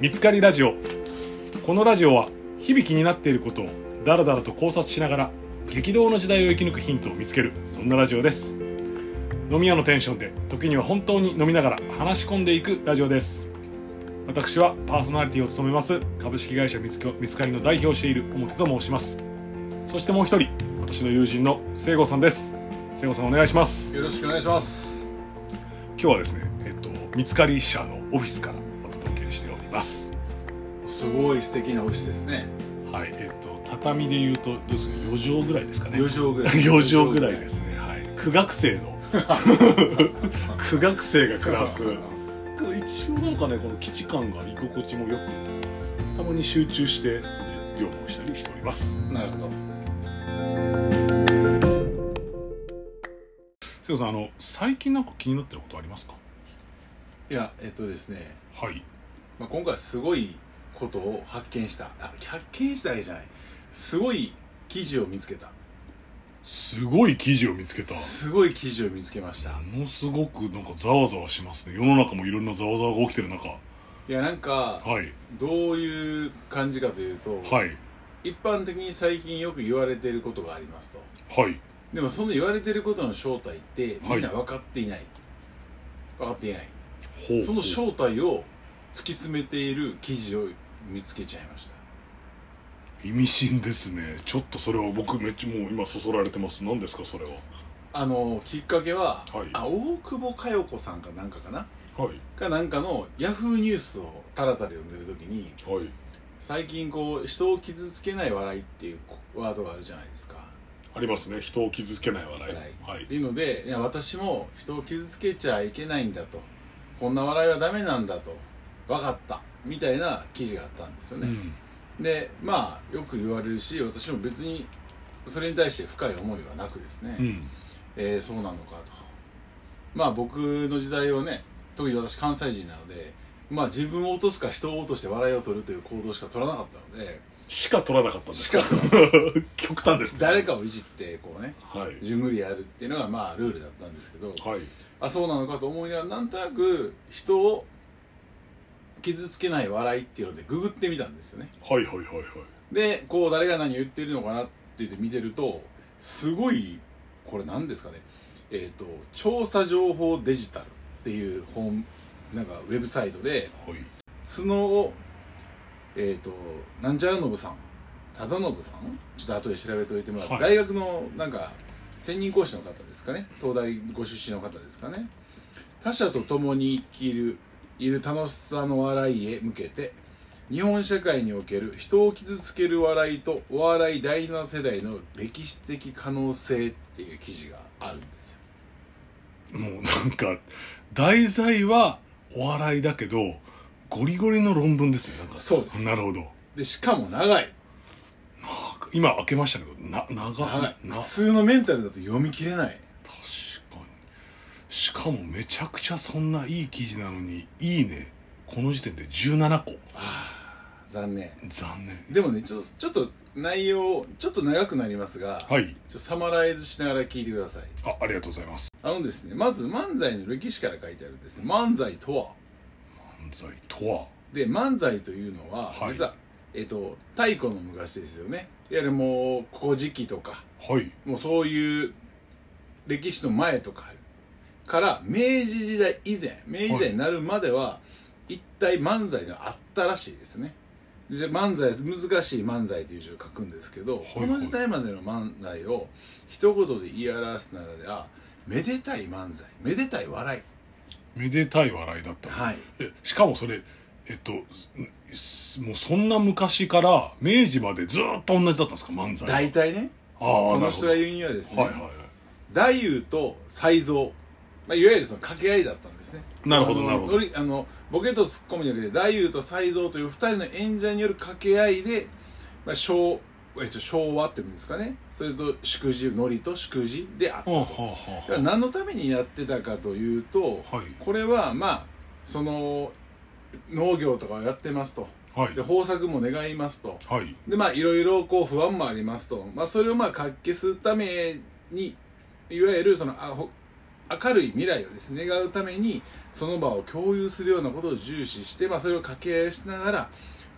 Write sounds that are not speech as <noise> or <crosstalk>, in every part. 見つかりラジオこのラジオは日々気になっていることをダラダラと考察しながら激動の時代を生き抜くヒントを見つけるそんなラジオです飲み屋のテンションで時には本当に飲みながら話し込んでいくラジオです私はパーソナリティを務めます株式会社みつきみつかりの代表をしている表と申しますそしてもう一人私の友人の聖郷さんです聖郷さんお願いしますよろしくお願いします。今日はですね、えっと、見つかり社のオフィスからお届けしております。すごい素敵なオフィスですね。はい、えっと、畳で言うと、どうですか、4畳ぐらいですかね。 4畳ぐらい。 <laughs> 4畳ぐらいですね。はい、苦学生 <laughs> の。苦学生が暮らす。一応なんかね、この基地感が居心地もよく。たまに集中して、業務をしたりしております。なるほど。瀬尾さん、あの、最近なんか気になってることありますか。いや、えっとですね、はい。まあ、今回はすごいことを発見した。あ、発見したわけじゃない。すごい記事を見つけた。すごい記事を見つけた。すごい記事を見つけました。ものすごくなんかざわざわしますね。世の中もいろんなざわざわが起きてる中。はいや、なんか、い。どういう感じかというと、はい。一般的に最近よく言われていることがありますと。はい。でもその言われていることの正体って、はいみんな分かっていない。分かっていない。ほうその正体を突き詰めている記事を見つけちゃいました意味深ですね。ちょっとそれは僕めっちゃもう今そそられてます。何ですかそれは。あのきっかけは、はいあ大久保佳代子さんかなんかかなはい。かなんかのヤフーニュースをたらたら読んでる時にはい。最近こう人を傷つけない笑いっていうワードがあるじゃないですかありますね。人を傷つけない笑い。笑いはいっ。ていうのでいや私も人を傷つけちゃいけないんだとこんな笑いはダメなんだと分かったみたいな記事があったんですようね、ん。でまあよく言われるし私も別にそれに対して深い思いはなくですね、うん。えーそうなのかとまあ僕の時代はね特に私関西人なのでまあ自分を落とすか人を落として笑いを取るという行動しか取らなかったのでしか取らなかったんですし <laughs> 極端ですね。誰。かをいじってこうねはい。順繰りやるっていうのがまあルールだったんですけどはい。あそうなのかと思いながらなんとなく人を傷つけない笑いっていうのでググってみたんですよねはいはいはいはい。でこう誰が何言ってるのかなって言って見てるとすごいこれ何ですかねえっ、と調査情報デジタルっていう本なんかウェブサイトではい。角をえっ、となんちゃらのぶさん忠信さんちょっと後で調べておいてもらって、はい大学のなんか専任講師の方ですかね東大ご出身の方ですかね他者と共に生きるいる楽しさの笑いへ向けて日本社会における人を傷つける笑いとお笑い第7世代の歴史的可能性っていう記事があるんですよもうなんか、題材はお笑いだけど、ゴリゴリの論文ですね。なんか。そうですなるほど。でしかも長い今開けましたけど、な、長長いな普通のメンタルだと読み切れない確かにしかもめちゃくちゃそんないい記事なのに「いいね」この時点で17個残念残念でもねちょっとちょっと内容ちょっと長くなりますが、はいちょっとサマライズしながら聞いてくださいあありがとうございますあのですねまず漫才の歴史から書いてあるんですね漫才とは犯罪とはで漫才というのは、はい実はえっと太古の昔ですよねいやでもう「古事記」とかはいもうそういう歴史の前とかから明治時代以前明治時代になるまでは、一体漫才があったらしいですねで漫才難しい漫才という字を書くんですけど、いこの時代までの漫才を一言で言い表すならではめでたい漫才めでたい笑めでたい笑いだっいた、はいえしかもそれえっとすもうそんな昔から明治までずっと同じだったんですか漫才大体ねああこなのる人ほがど言うにはですね、はいはいはい太夫と才蔵、まあ、いわゆるその掛け合いだったんですねなるほどあのなるほどよりあのボケとツッコミじゃなくて太夫と才蔵という2人の演者による掛け合いで、まあ、昭えっと昭和っていうんですかねそれと祝辞ノリと祝辞であったはあとはだあからは何のためにやってたかというと、あはいこれはまあその農業とかをやってますとはいで豊作も願いますとはいでまあいろいろこう不安もありますと、まあ、それをまあ活気するためにいわゆるそのあほ明るい未来をですね願うためにその場を共有するようなことを重視して、まあ、それを掛け合いしながら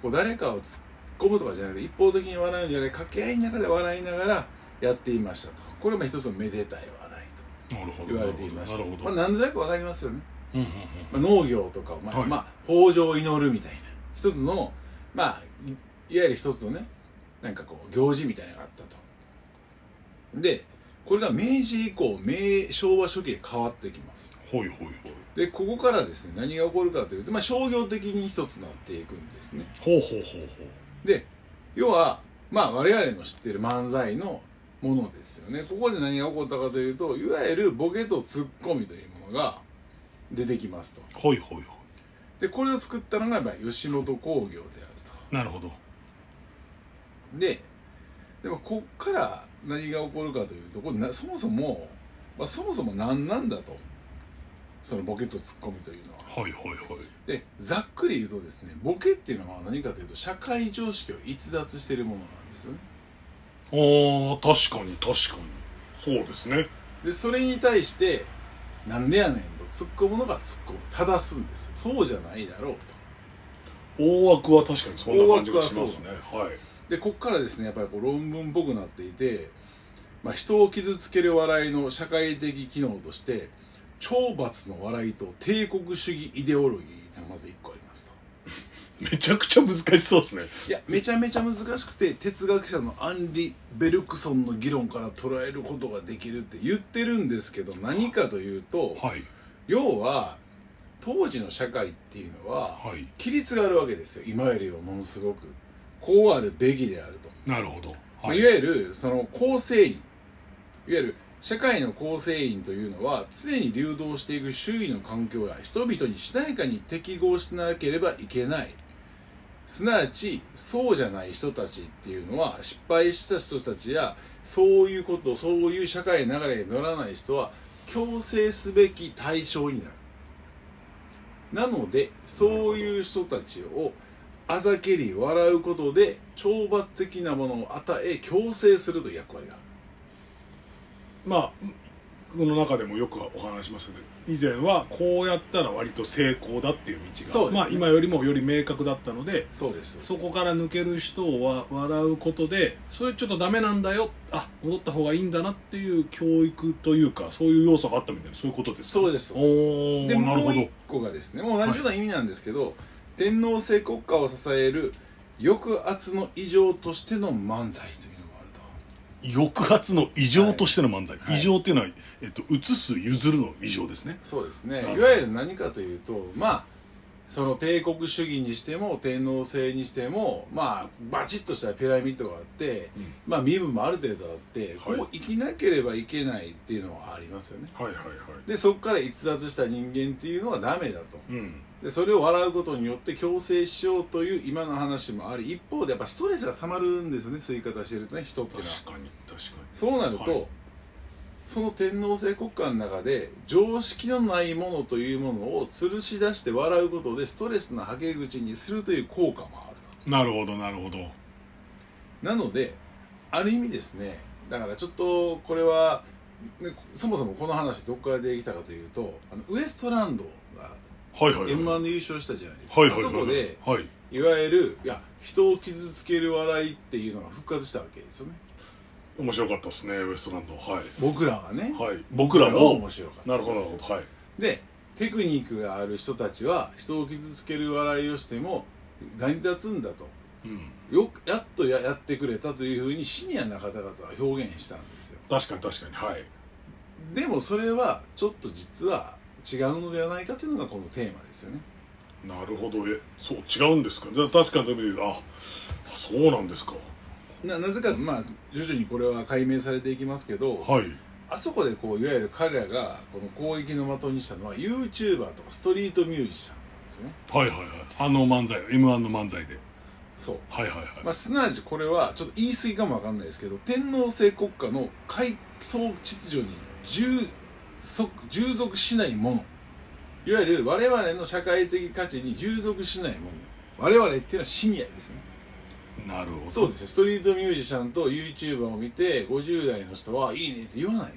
こう誰かを突っ込むとかじゃなくて一方的に笑うんじゃなくて掛け合いの中で笑いながらやっていましたとこれも一つのめでたい笑なるほどいと言われていましたなるほど、まあ、なんとなくわかりますよね、うんうんまあ、農業とかを、まあはいまあ、豊穣を祈るみたいな一つのまあいいわゆる一つのねなんかこう行事みたいなのがあったとでこれが明治以降明昭和初期で変わってきますほいほいほいでここからですね何が起こるかというと、まあ、商業的に一つなっていくんですねほうほうほうほうで要はまあ我々の知ってる漫才のものですよねここで何が起こったかというといわゆるボケとツッコミというものが出てきますとほいほいほでこれを作ったのがやっぱり吉本興業であるいなるほどとででもこっから何が起こるかというとこれなそもそも、まあ、そもそも何なんだとそのボケとツッコミというのはほいほいほいでざっくり言うとですねボケっていうのは何かというと社会常識を逸脱しているものなんですよねああ確かに確かにそうですねでそれに対してなんでやねんと突っ込むのが突っ込む正すんですよそうじゃないだろう大枠は確かにそんな感じがしますね大枠はそうはいとでこっからですねやっぱりこう論文っぽくなっていて、まあ、人を傷つける笑いの社会的機能として懲罰の笑いと帝国主義イデオロギーがまず1個ありますとめちゃくちゃ難しそうですねいやめちゃめちゃ難しくて哲学者のアンリ・ベルクソンの議論から捉えることができるって言ってるんですけど何かというとはい要は当時の社会っていうのは、はい規律があるわけですよ今よりはものすごくこうあるべきであると、、なるほどはいいわゆるその構成員いわゆる社会の構成員というのは常に流動していく周囲の環境や人々にしなやかに適合しなければいけないすなわちそうじゃない人たちっていうのは失敗した人たちやそういうことそういう社会の流れに乗らない人は強制すべき対象になるなのでそういう人たちをあざけり笑うことで懲罰的なものを与え強制するという役割があるまあこの中でもよくお話しましたけど以前はこうやったら割と成功だっていう道がそうですねまあ、今よりもより明確だったのでそうですそこから抜ける人をわ笑うことでそれちょっとダメなんだよあ戻った方がいいんだなっていう教育というかそういう要素があったみたいなそういうことですそうですそうおですおでなるもほう一ど個がですねもう同じような意味なんですけど、天皇制国家を支える抑圧の異常としての漫才というのもあると抑圧の異常としての漫才、はい異常っていうのは、えっと、移す譲るの異常ですねそうですねいなるわほゆどる何かというとまあその帝国主義にしても天皇制にしてもまあバチッとしたピラミッドがあって、うんまあ身分もある程度あって、はいこう生きなければいけないっていうのはありますよねはいはいはいでそこから逸脱した人間っていうのはダメだとうんでそれを笑うことによって強制しようという今の話もあり一方でやっぱストレスがたまるんですよねそういう言い方してるとね人っていうのは確かに確かそうなると、はいその天皇制国家の中で常識のないものというものを吊るし出して笑うことでストレスのはけ口にするという効果もあるになるほどなるほどとなのである意味ですねだからちょっとこれは、ねそもそもこの話どこから出てきたかというとあのウエストランドがはいはいはい m 1で優勝したじゃないですか、はいはいはいあそこではいいわゆるいや人を傷つける笑いっていうのが復活したわけですよね面白かったですねウエストランドはい、僕らはね、はい、僕らも面白かったなるほどなるほどはいでテクニックがある人たちは人を傷つける笑いをしても成り立つんだとうんよくやっとややってくれたというふうにシニアな方々は表現したんですよ確かに確かにはいでもそれはちょっと実は違うのではないかというのがこのテーマですよねなるほどえそう違うんですかじゃあ確かにで見ああそうなんですかななぜかまあ徐々にこれは解明されていきますけど、はいあそこでこういわゆる彼らがこの攻撃の的にしたのは YouTuber とかストリートミュージシャンなんですよねはいはいはいあの漫才 m 1の漫才でそうはいはいはい、まあ、すなわちこれはちょっと言い過ぎかもわかんないですけど天皇制国家の階層秩序に従属従属しないものいわゆる我々の社会的価値に従属しないもの我々っていうのはシニアですねなるほどそうですよストリートミュージシャンと YouTuber を見て50代の人は「いいね」って言わない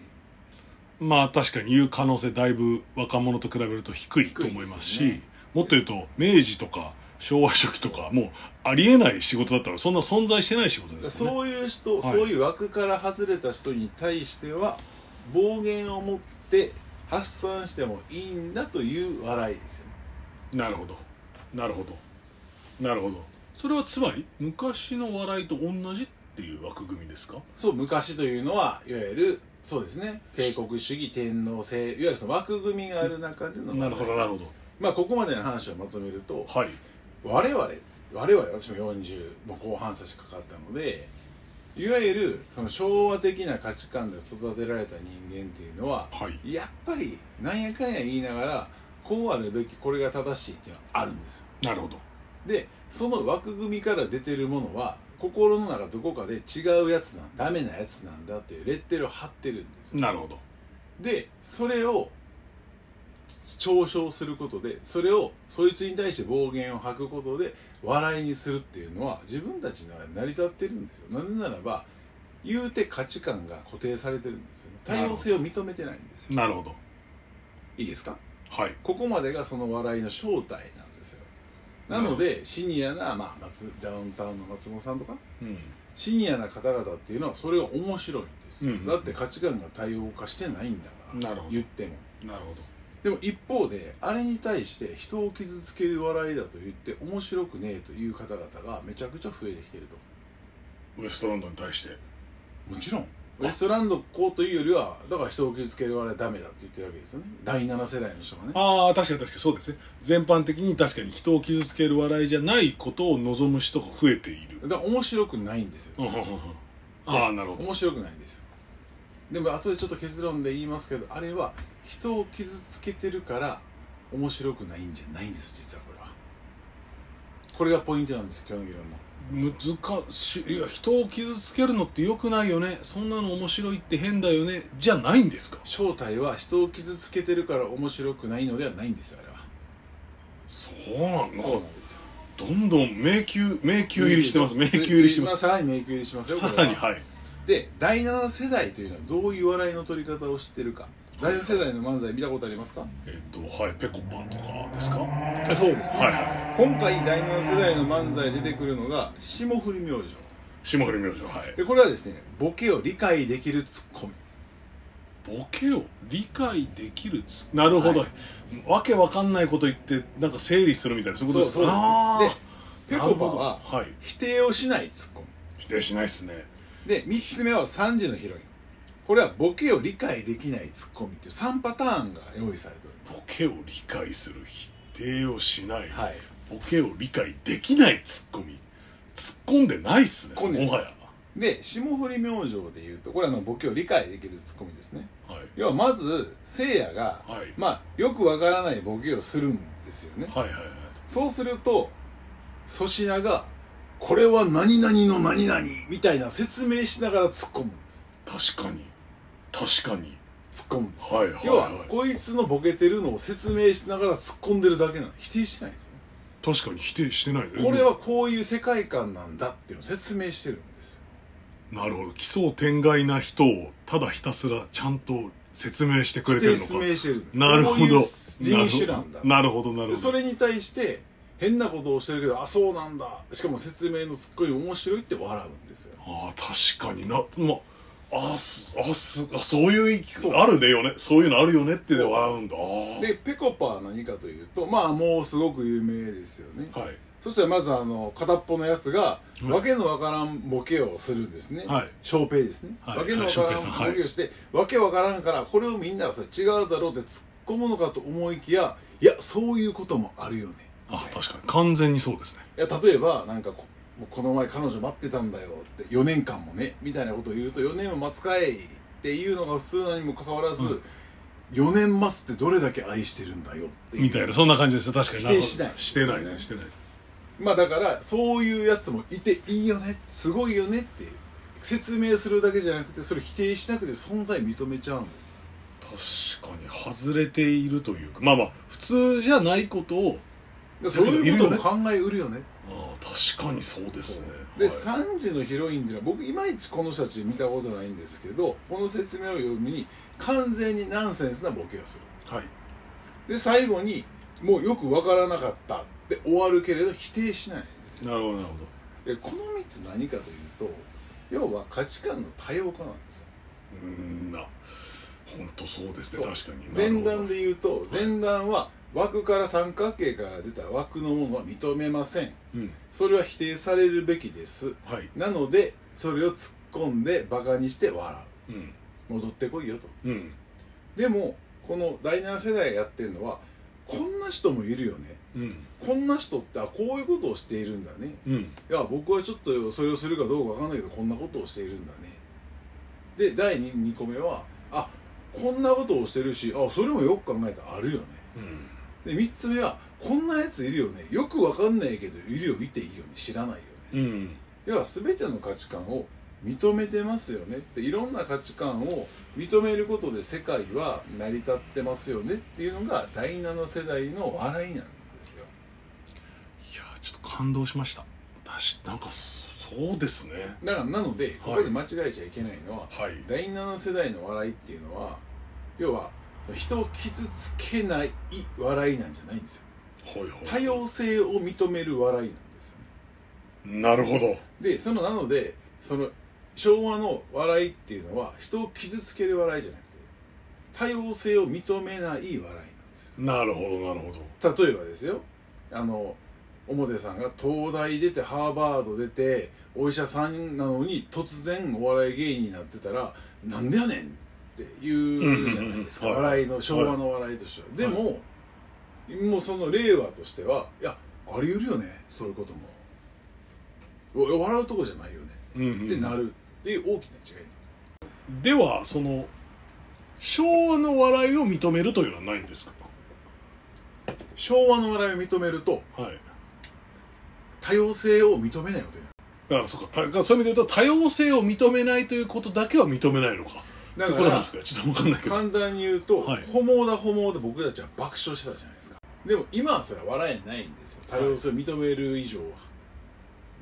まあ確かに言う可能性だいぶ若者と比べると低いと思いますし低いですねもっと言うと明治とか昭和初期とかもうありえない仕事だったらそんな存在してない仕事ですよねそういうは人、いそういう枠から外れた人に対しては暴言を持って発散してもいいんだという笑いですよねなるほどなるほどなるほどそれはつまり昔の笑いと同じっていう枠組みですかそう昔というのはいわゆるそうですね帝国主義天皇制いわゆるその枠組みがある中での笑いなるほどなるほどまあここまでの話をまとめるとはい我々我々私も40もう後半差し掛かったのでいわゆるその昭和的な価値観で育てられた人間っていうのははいやっぱりなんやかんや言いながらこうあるべきこれが正しいっていうのはあるんですよなるほどでその枠組みから出てるものは心の中どこかで違うやつなんダメなやつなんだっていうレッテルを貼ってるんですよなるほどでそれを嘲笑することでそれをそいつに対して暴言を吐くことで笑いにするっていうのは自分たちの中で成り立ってるんですよなぜならば言うて価値観が固定されてるんですよね多様性を認めてないんですよなるほどいいですかはいここまでがその笑いの正体なんですよなのでシニアな、まあ、松ダウンタウンの松本さんとかうんシニアな方々っていうのはそれが面白いんですよ、うんだって価値観が多様化してないんだからなるほど言ってもなるほどでも一方であれに対して人を傷つける笑いだと言って面白くねえという方々がめちゃくちゃ増えてきてるとウエストランドに対してもちろんウエストランドこうというよりはだから人を傷つける笑いはダメだって言ってるわけですよね第7世代の人がねああ確かに確かにそうですね全般的に確かに人を傷つける笑いじゃないことを望む人が増えているだから面白くないんですようんうんうんうんああなるほど面白くないんですよでも後でちょっと結論で言いますけどあれは人を傷つけてるから面白くないんじゃないんです実はこれはこれがポイントなんです今日の議論の難しいいや人を傷つけるのって良くないよねそんなの面白いって変だよねじゃないんですか正体は人を傷つけてるから面白くないのではないんですよあれはそうなんだそうなんですよどんどん迷宮迷宮入りしてます迷宮入りしてますさらに迷宮入りしますよさらにこれははいで第7世代というのはどういう笑いの取り方を知ってるか第7世代の漫才見たことありますかえっとはいぺこぱとかですかはそうですいはい今回第7世代の漫才出てくるのが霜降り明星霜降り明星はいでこれはですねボケを理解できるツッコミボケを理解できるつなるほど、はわけわかんないこと言ってなんか整理するみたいなそういうことですかあでーぺなこるぱほどははい否定をしないツッコミ否定しないですねで3つ目は3時のヒロインこれはボケを理解できないツッコミっていう3パターンが用意されておりまボケを理解する否定をしない、すはいボケを理解できないツッコミ突っ込んでないっす突っ込んでねないもはやで霜降り明星でいうとこれはあのボケを理解できるツッコミですねはい要はまずせいやが、はいまあよくわからないボケをするんですよねはいはいはいそうすると粗品が「これは何々の何々」みたいな説明しながら突っ込むんです確かに確かに突っ込むんですはいはいはい要はこいつのボケてるのを説明しながら突っ込んでるだけなの否定しないんですよね確かに否定してないねこれはこういう世界観なんだっていうのを説明してるんですよなるほど奇想天外な人をただひたすらちゃんと説明してくれてるの説か明してるんですなるほこういどう人種なんだなるほどなるほどでそれに対して変なことをしてるけどあそうなんだしかも説明のツッコミ面白いって笑うんですよあー確かになまああすあすあそういう意そうあるねよねそういうのあるよねってで笑うんだあーでペコパは何かというとまあもうすごく有名ですよねはいそしたらまずあの片っぽのやつが、うんわけのわからんボケをするんですね、はいショウペイですね、はいわけのわかはいショウペイさんらんボケをして、わけわからんからこれをみんなはさ違うだろうって突っ込むのかと思いきやいやそういうこともあるよねあ確かに完全にそうですねいや例えばなんかこもうこの前彼女待ってたんだよって4年間もねみたいなことを言うと4年を待つかいっていうのが普通なにもかかわらず、うん4年待つってどれだけ愛してるんだよっていうみたいなそんな感じですよ確かに否定しないるほどしてないですねしてないですまあだからそういうやつもいていいよねすごいよねって説明するだけじゃなくてそれ否定しなくて存在認めちゃうんです確かに外れているというかまあまあ普通じゃないことをでそういうことも考えうるよねあー確かにそうですねで、3時のヒロインっていうのは僕いまいちこの人たち見たことないんですけどこの説明を読みに完全にナンセンスなボケをするはいで最後にもうよくわからなかったで終わるけれど否定しないんですよなるほどなるほでこの3つ何かというと要は価値観の多様化なんですよどうんな本当そうですねそう確かに前段でで言うと前段は枠から三角形から出た枠のものは認めませんうんそれは否定されるべきですはいなのでそれを突っ込んでバカにして笑うんう戻ってこいよとうんでもこの第7世代がやってるのはこんな人もいるよねうんこんな人ってあこういうことをしているんだねうんいや僕はちょっとそれをするかどうかわかんないけどこんなことをしているんだねで第 2, 2個目はあこんなことをしてるしあそれもよく考えたらあるよねうんで3つ目はこんなやついるよねよくわかんないけどいるよいていいよね知らないよねうん要は全ての価値観を認めてますよねっていろんな価値観を認めることで世界は成り立ってますよねっていうのが第7世代の笑いなんですよいやーちょっと感動しました私なんかそそうですねだからなのでここで間違えちゃいけないのは、はい第7世代の笑いっていうのは要はその人を傷つけない笑いなんじゃないんですよほいほい多様性を認める笑いなんですよねなるほどでそのなのでその昭和の笑いっていうのは人を傷つける笑いじゃなくて多様性を認めない笑いなんですなるほどなるほどよ例えばですよあの表さんが東大出てハーバード出てお医者さんなのに突然お笑い芸人になってたら「なんでやねん!」って言うじゃないですかうんうんうん笑いの昭和の笑いとしては、でも、もうその令和としてはいやあり得るよねそういうこともお笑うとこじゃないよねうんうんってなるっていう大きな違いなんですよではその昭和の笑いを認めるというのはないんです昭和の笑いを認めるとかはい多様性を認めないことになるだからそうかただからそういう意味で言うと多様性を認めないということだけは認めないのかだってこかとなんらですかちょっと分かんないけど簡単に言うと、はいホモだホモで僕たちは爆笑してたじゃないですかでも今はそれは笑えないんですよ多様性を認める以上は、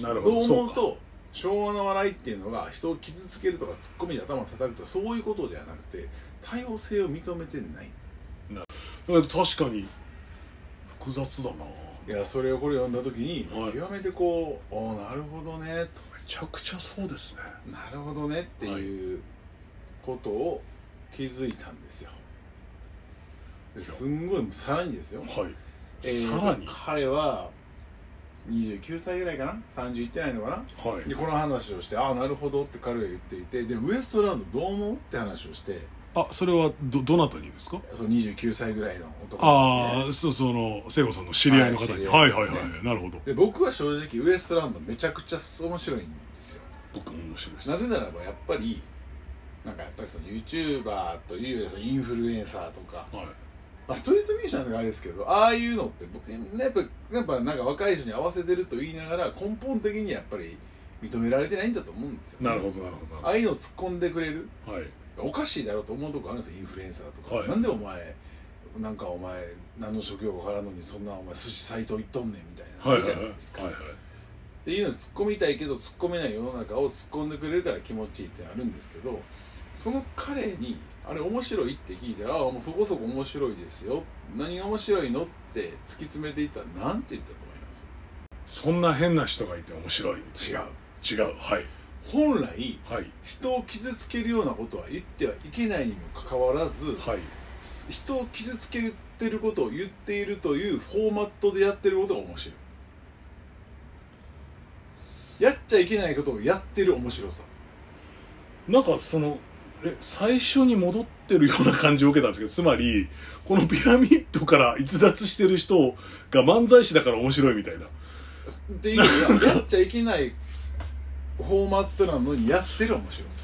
なるどうそ思うと昭和の笑いっていうのが人を傷つけるとかツッコミで頭を叩くとかそういうことではなくて多様性を認めてないかだから確かに複雑だなめいやそれをこれ読んだ時に、はい極めてこう「おーなるほどね」とちゃくちゃそうですねなるほどねっていうことを気づいたんですよですんごいさらにですよ、はい、えーさらには彼は29歳ぐらいかな30いってないのかないでこの話をしてああなるほどって彼が言っていてでウエストランドどう思うって話をしてあそれはどどなたにですかその29歳ぐらいの男ああ、そうその聖子さんの知り合いの方に、は、はいいはいはい知り合いですなるほどで僕は正直ウエストランドめちゃくちゃ面白いんですよ僕も面白いですなぜならばやっぱりなんかやっぱりその YouTuber というよりはそのインフルエンサーとかはいまあ、ストリートミュージシャンとかあれですけどああいうのって僕やっぱやっぱなんか若い人に合わせてると言いながら根本的にやっぱり認められてないんだと思うんですよ、なるほどなるほどああいうのを突っ込んでくれるはいおかしいだろうと思うとこあるんですよインフルエンサーとか、はいなんでお前なんかお前何の職業かわからんのにそんなお前寿司サイト行っとんねんみたいな、はいはいじゃはないいはいですか、っていうのを突っ込みたいけど突っ込めない世の中を突っ込んでくれるから気持ちいいってのあるんですけどその彼に「あれ面白い?」って聞いたら「あもうそこそこ面白いですよ何が面白いの?」って突き詰めていったらなんて言ったと思いますそんな変な人がいて面白い違う違うはい本来はい人を傷つけるようなことは言ってはいけないにもかかわらずはいす人を傷つけてることを言っているというフォーマットでやってることが面白いやっちゃいけないことをやってる面白さなんかそのえ最初に戻ってるような感じを受けたんですけどつまりこのピラミッドから逸脱してる人が漫才師だから面白いみたいなっていうよりはやっちゃいけないフォーマットなのにやってる面白さ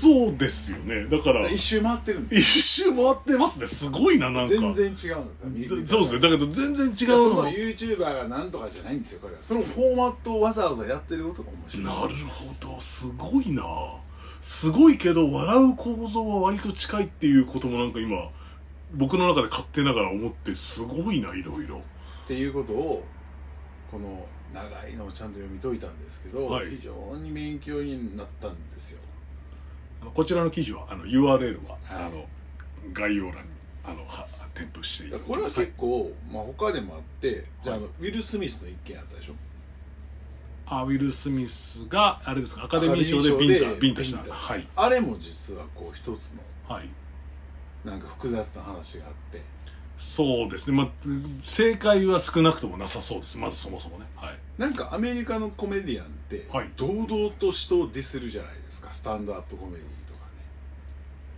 そうですよねだから一周回ってるんで一周回ってますねすごいななんか全然違うんですよ見ぜそうですねだけど全然違そのうの YouTuber がなんとかじゃないんですよ彼はそのフォーマットをわざわざやってることが面白いなるほどすごいなすごいけど笑う構造は割と近いっていうこともなんか今僕の中で勝手ながら思ってすごいないろいろっていうことをこの長いのをちゃんと読み解いたんですけど、はい非常に勉強になったんですよあのこちらの記事はあの URL は、はいあの概要欄にあのは添付していただきこれはますは結い構、まあ、他でもあってじゃあ,、あのウィル・スミスの一件あったでしょあウィル・スミスがあれですかアカデミー賞でビンタビンタしたビンタはいあれも実はこう一つのはいなんか複雑な話があってそうですねまあ正解は少なくともなさそうですまずそもそもねはいなんかアメリカのコメディアンってはい堂々と人をディスるじゃないですかスタンドアップコメディとかね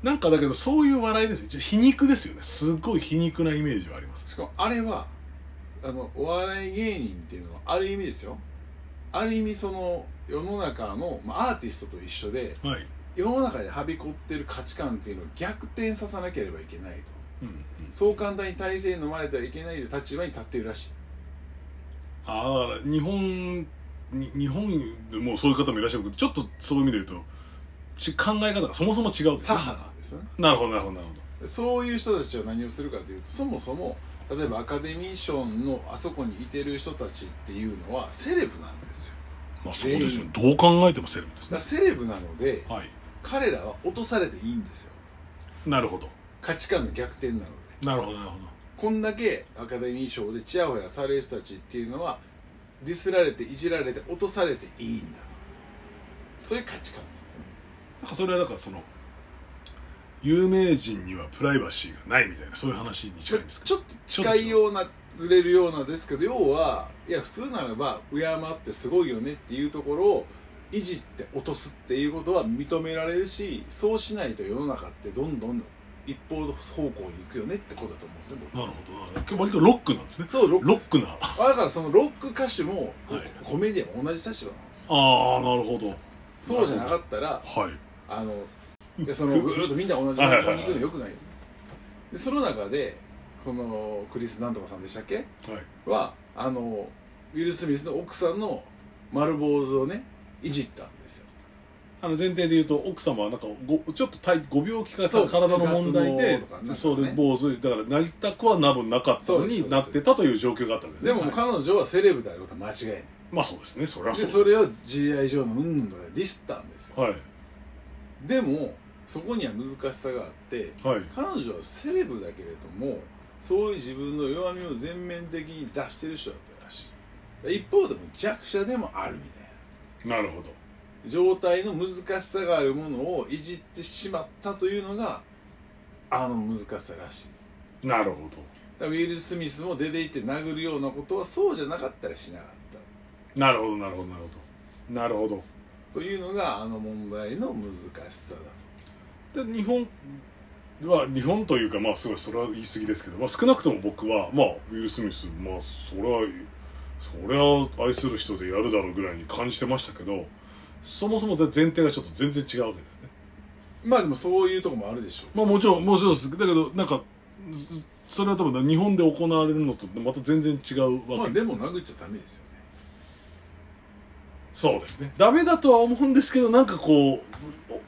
なんかだけどそういう笑いですよちょ皮肉ですよねすっごい皮肉なイメージはありますしかもあれはあのお笑い芸人っていうのはある意味ですよある意味その世の中の、まあ、アーティストと一緒ではい世の中ではびこってる価値観っていうのを逆転させなければいけないとうんうんそう簡単に体制に飲まれてはいけないという立場に立っているらしいああだから日本に日本でもそういう方もいらっしゃるけどちょっとそういう意味で言うとち考え方がそもそも違う左派なんですよねなるほどなるほどなるほどそういう人たちは何をするかというとそもそも例えばアカデミー賞のあそこにいてる人たちっていうのはセレブなんですよまあそうですよねどう考えてもセレブでだすかねらセレブなのではい彼らは落とされていいんですよなるほど価値観の逆転なのでなるほどなるほこんだけアカデミー賞でチヤホヤされる人たちっていうのはディスられていじられて落とされていいんだとそういう価値観なんですよねどなんかそれはだからその有名人にはプライバシーがないみたいなそういう話にち近ょいんですかちょっと近いようなずれるようなですけど要はいや普通ならば敬ってすごいよねっていうところをいじって落とすっていうことは認められるしそうしないと世の中ってどんどん一方方向に行くよねってことだと思うんですね僕なるほどなるほど割とロックなんですねそうロックロックなああだからそのロック歌手も、はいコメディアンも同じ立場なんですよあなるほどそうじゃなかったらはいあのいやそのぐーっとみんな同じ方向に行くのよくないよねでその中でそのクリスなんとかさんでしたっけはいはあのウィル・スミスの奥さんの丸坊主をねいじったんですよあの前提で言うと奥様はなんかごちょっと体ご病気かそうですね体の問題で脱毛とかなんかねそうで坊主だからなりたくはなぶなかったそうのですそうにでなすってたという状況があったわけでもはい彼女はセレブであることは間違いないまあそうですねそりゃでそうそれを GI 上のうんぬんとかでディスったんですよはいでもそこには難しさがあってはい彼女はセレブだけれどもそういう自分の弱みを全面的に出してる人だったらしい一方でも弱者でもあるみたいななるほど状態の難しさがあるものをいじってしまったというのがあの難しさらしいなるほだからウィル・スミスも出て行って殴るようなことはそうじゃなかったらしなかったどなるほどなるほどなるほどなるほどというのがあの問題の難しさだとで日本は日本というかまあすごいそれは言い過ぎですけど、まあ、少なくとも僕はまあウィル・スミスまあそれはそれは愛する人でやるだろうぐらいに感じてましたけどそもそも前提がちょっと全然違うわけですねまあでもそういうとこもあるでしょまあもちろんもちろんですだけどなんかずそれは多分日本で行われるのとまた全然違ううまわあけでも殴っちゃダメですよねそうですねダメだとは思うんですけどなんかこうお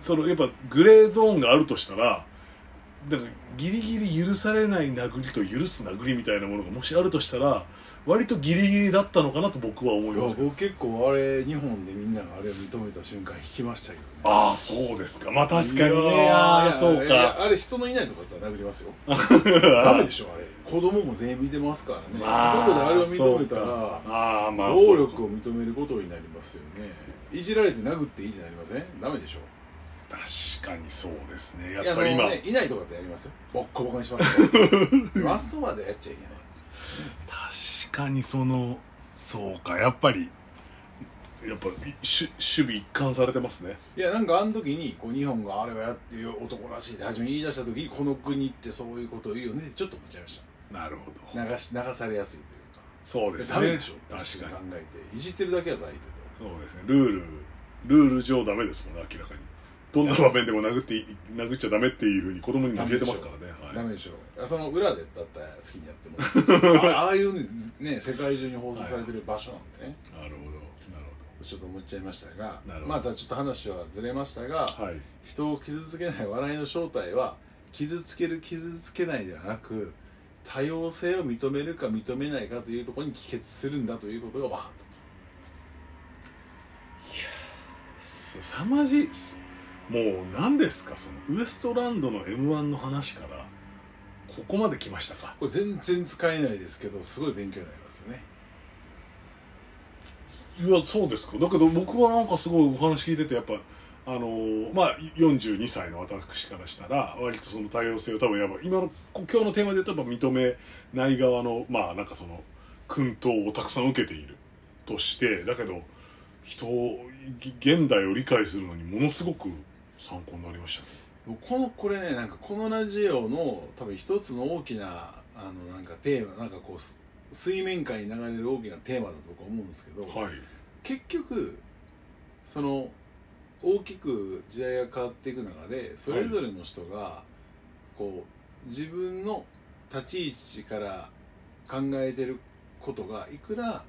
そのやっぱグレーゾーンがあるとしたらなんかギリギリ許されない殴りと許す殴りみたいなものがもしあるとしたら割とギリギリだったのかなと僕は思いいやます僕結構あれ日本でみんながあれを認めた瞬間引きましたけどねああそうですかまあ確かにいやーねああそういやかあれ人のいないとこだったら殴りま <laughs> すよダメでしょあれ子供も全員見てますからねあそこであれを認めたそうらかああまあ暴そう力を認めることになりますよねいじられて殴っていいってなりませんダメでしょ確かにそうですねいやっぱり今あのねいないとかってやりますよボッコボコにします <laughs> よマストまでやっちゃいけない確かにそのそうかやっぱりやっぱりし守備一貫されてますねいやなんかあの時にこう日本があれはやってる男らしいって初めに言い出した時にこの国ってそういうことを言うよねってちょっと思っちゃいましなるほどた流し流されやすいというかそうですダメでしょ確かに考えていじってるだけは在庫そうですねルールルール上ダメですもんね明らかにどんな場面でも殴っていい殴っちゃダメっていうふうに子供に教えてますからねと、はダいメでしょその裏でだったら好きにやっても <laughs> らっていいですよあああいうね世界中に放送されてる場所なんでね、なるほどなるちょっと思っちゃいましたがなるほどまたちょっと話はずれましたが、ほどはい人を傷つけない笑いの正体は傷つける傷つけないではなく多様性を認めるか認めないかというところに帰結するんだということが分かっすさまじいっすもう何ですかそのウエストランドの m 1の話からここまで来ましたかたこれ全然使えないですけどすごい勉強になりますよねいやそうですかだけど僕はなんかすごいお話聞いててやっぱあのーまあ42歳の私からしたら割とその多様性を多分やっぱ今のこ今日のテーマで言うとやっぱ認めない側のまあなんかその薫陶をたくさん受けているとしてだけど人をぎ現代を理解するのにものすごく参考になりましたねもうこのこれねなんかこのラジオの多分一つの大きなあのなんかテーマなんかこうす水面下に流れる大きなテーマだと僕は思うんですけど、はい結局その大きく時代が変わっていく中でそれぞれの人がこう自分の立ち位置から考えてることがいくら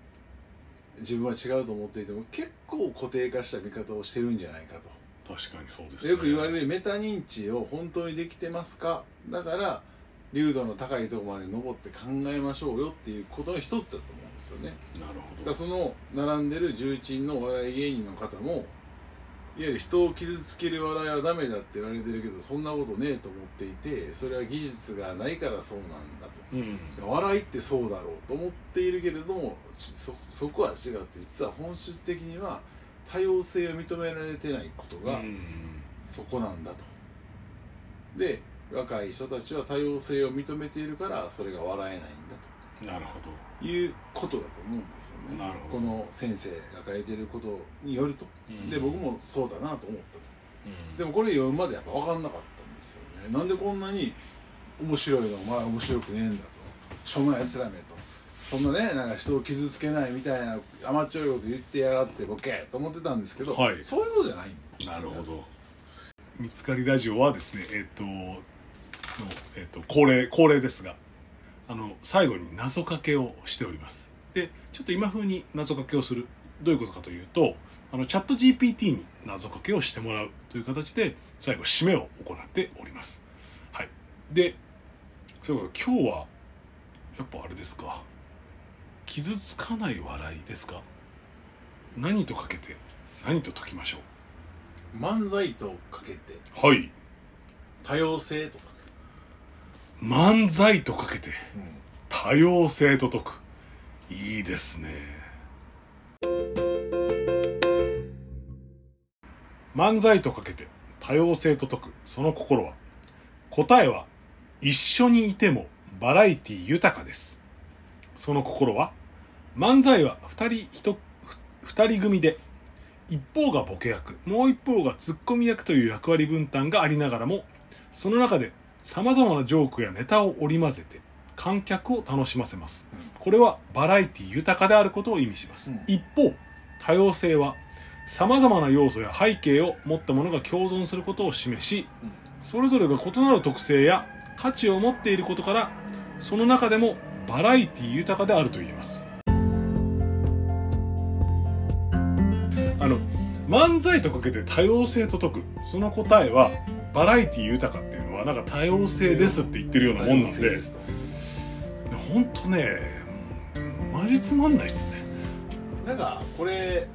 自分は違うと思っていても結構固定化した見方をしてるんじゃないかと。確かにそうです、よく言われるメタ認知を本当にできてますかだから流度の高いところまで登って考えましょうよっていうことの一つだと思うんですよねなるだほかどらその並んでる11人のお笑い芸人の方もいわゆる人を傷つける笑いはダメだって言われてるけどそんなことねえと思っていてそれは技術がないからそうなんだとうん笑いってそうだろうと思っているけれどもちそそこは違って実は本質的には多様性を認められてないことうが、んそこなんだとで若い人たちは多様性を認めているからそれが笑えないんだなるほどということだと思うんですよねなるほどこの先生が書いてることによるとうんで僕もそうだなと思ったとうんでもこれ読むまでやっぱ分かんなかったんですよねなんでこんなに面白いのお前面白くねえんだとしょうもないやつらめとそんなねなんか人を傷つけないみたいな甘っちょいこと言ってやがってボケと思ってたんですけど、はいそういうのじゃないんだなるほど見つかりラジオはですねえっ、との、えっと恒例恒例ですがあの最後に謎かけをしておりますでちょっと今風に謎かけをするどういうことかというとあのチャット GPT に謎かけをしてもらうという形で最後締めを行っておりますはいでそういうことで今日はやっぱあれですか傷つかない笑いですか何とかけて何と解きましょ漫才とかけてうはい多様性とか、漫才とかけて多様性と解くいいですね漫才とかけて多様性と解くその心は答えは一緒にいてもバラエティ豊かですその心は漫才は2人 ,2 人組で一方がボケ役もう一方がツッコミ役という役割分担がありながらもその中でさまざまなジョークやネタを織り交ぜて観客を楽しませます、うんこれはバラエティ豊かであることを意味します、うん一方多様性はさまざまな要素や背景を持ったものが共存することを示しそれぞれが異なる特性や価値を持っていることからその中でもバラエティ豊かであると言えますあの漫才とかけて多様性と解くその答えはバラエティ豊かっていうのはなんか多様性ですって言ってるようなもんなんでと本当ねマジつまんないっすねなんかこれ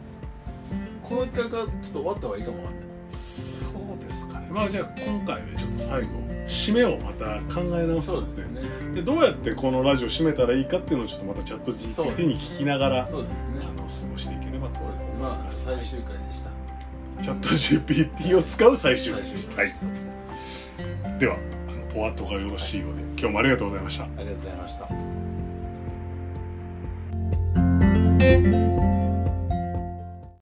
この企画はちょっと終わった方がいいかもわかんないそうですかねまあじゃあ今回でちょっと最後締めをまた考え直すとですねねでどうやってこのラジオ締めたらいいかっていうのをちょっとまたチャット GPT に聞きながら、そうですあねの過ごしていければとそう思いですねままあす、最終回でしたチャット GPT を使う最終回最でした終回でした、はい、ではあのお後がよろしいようで今日もありがとうございましたありがとうございました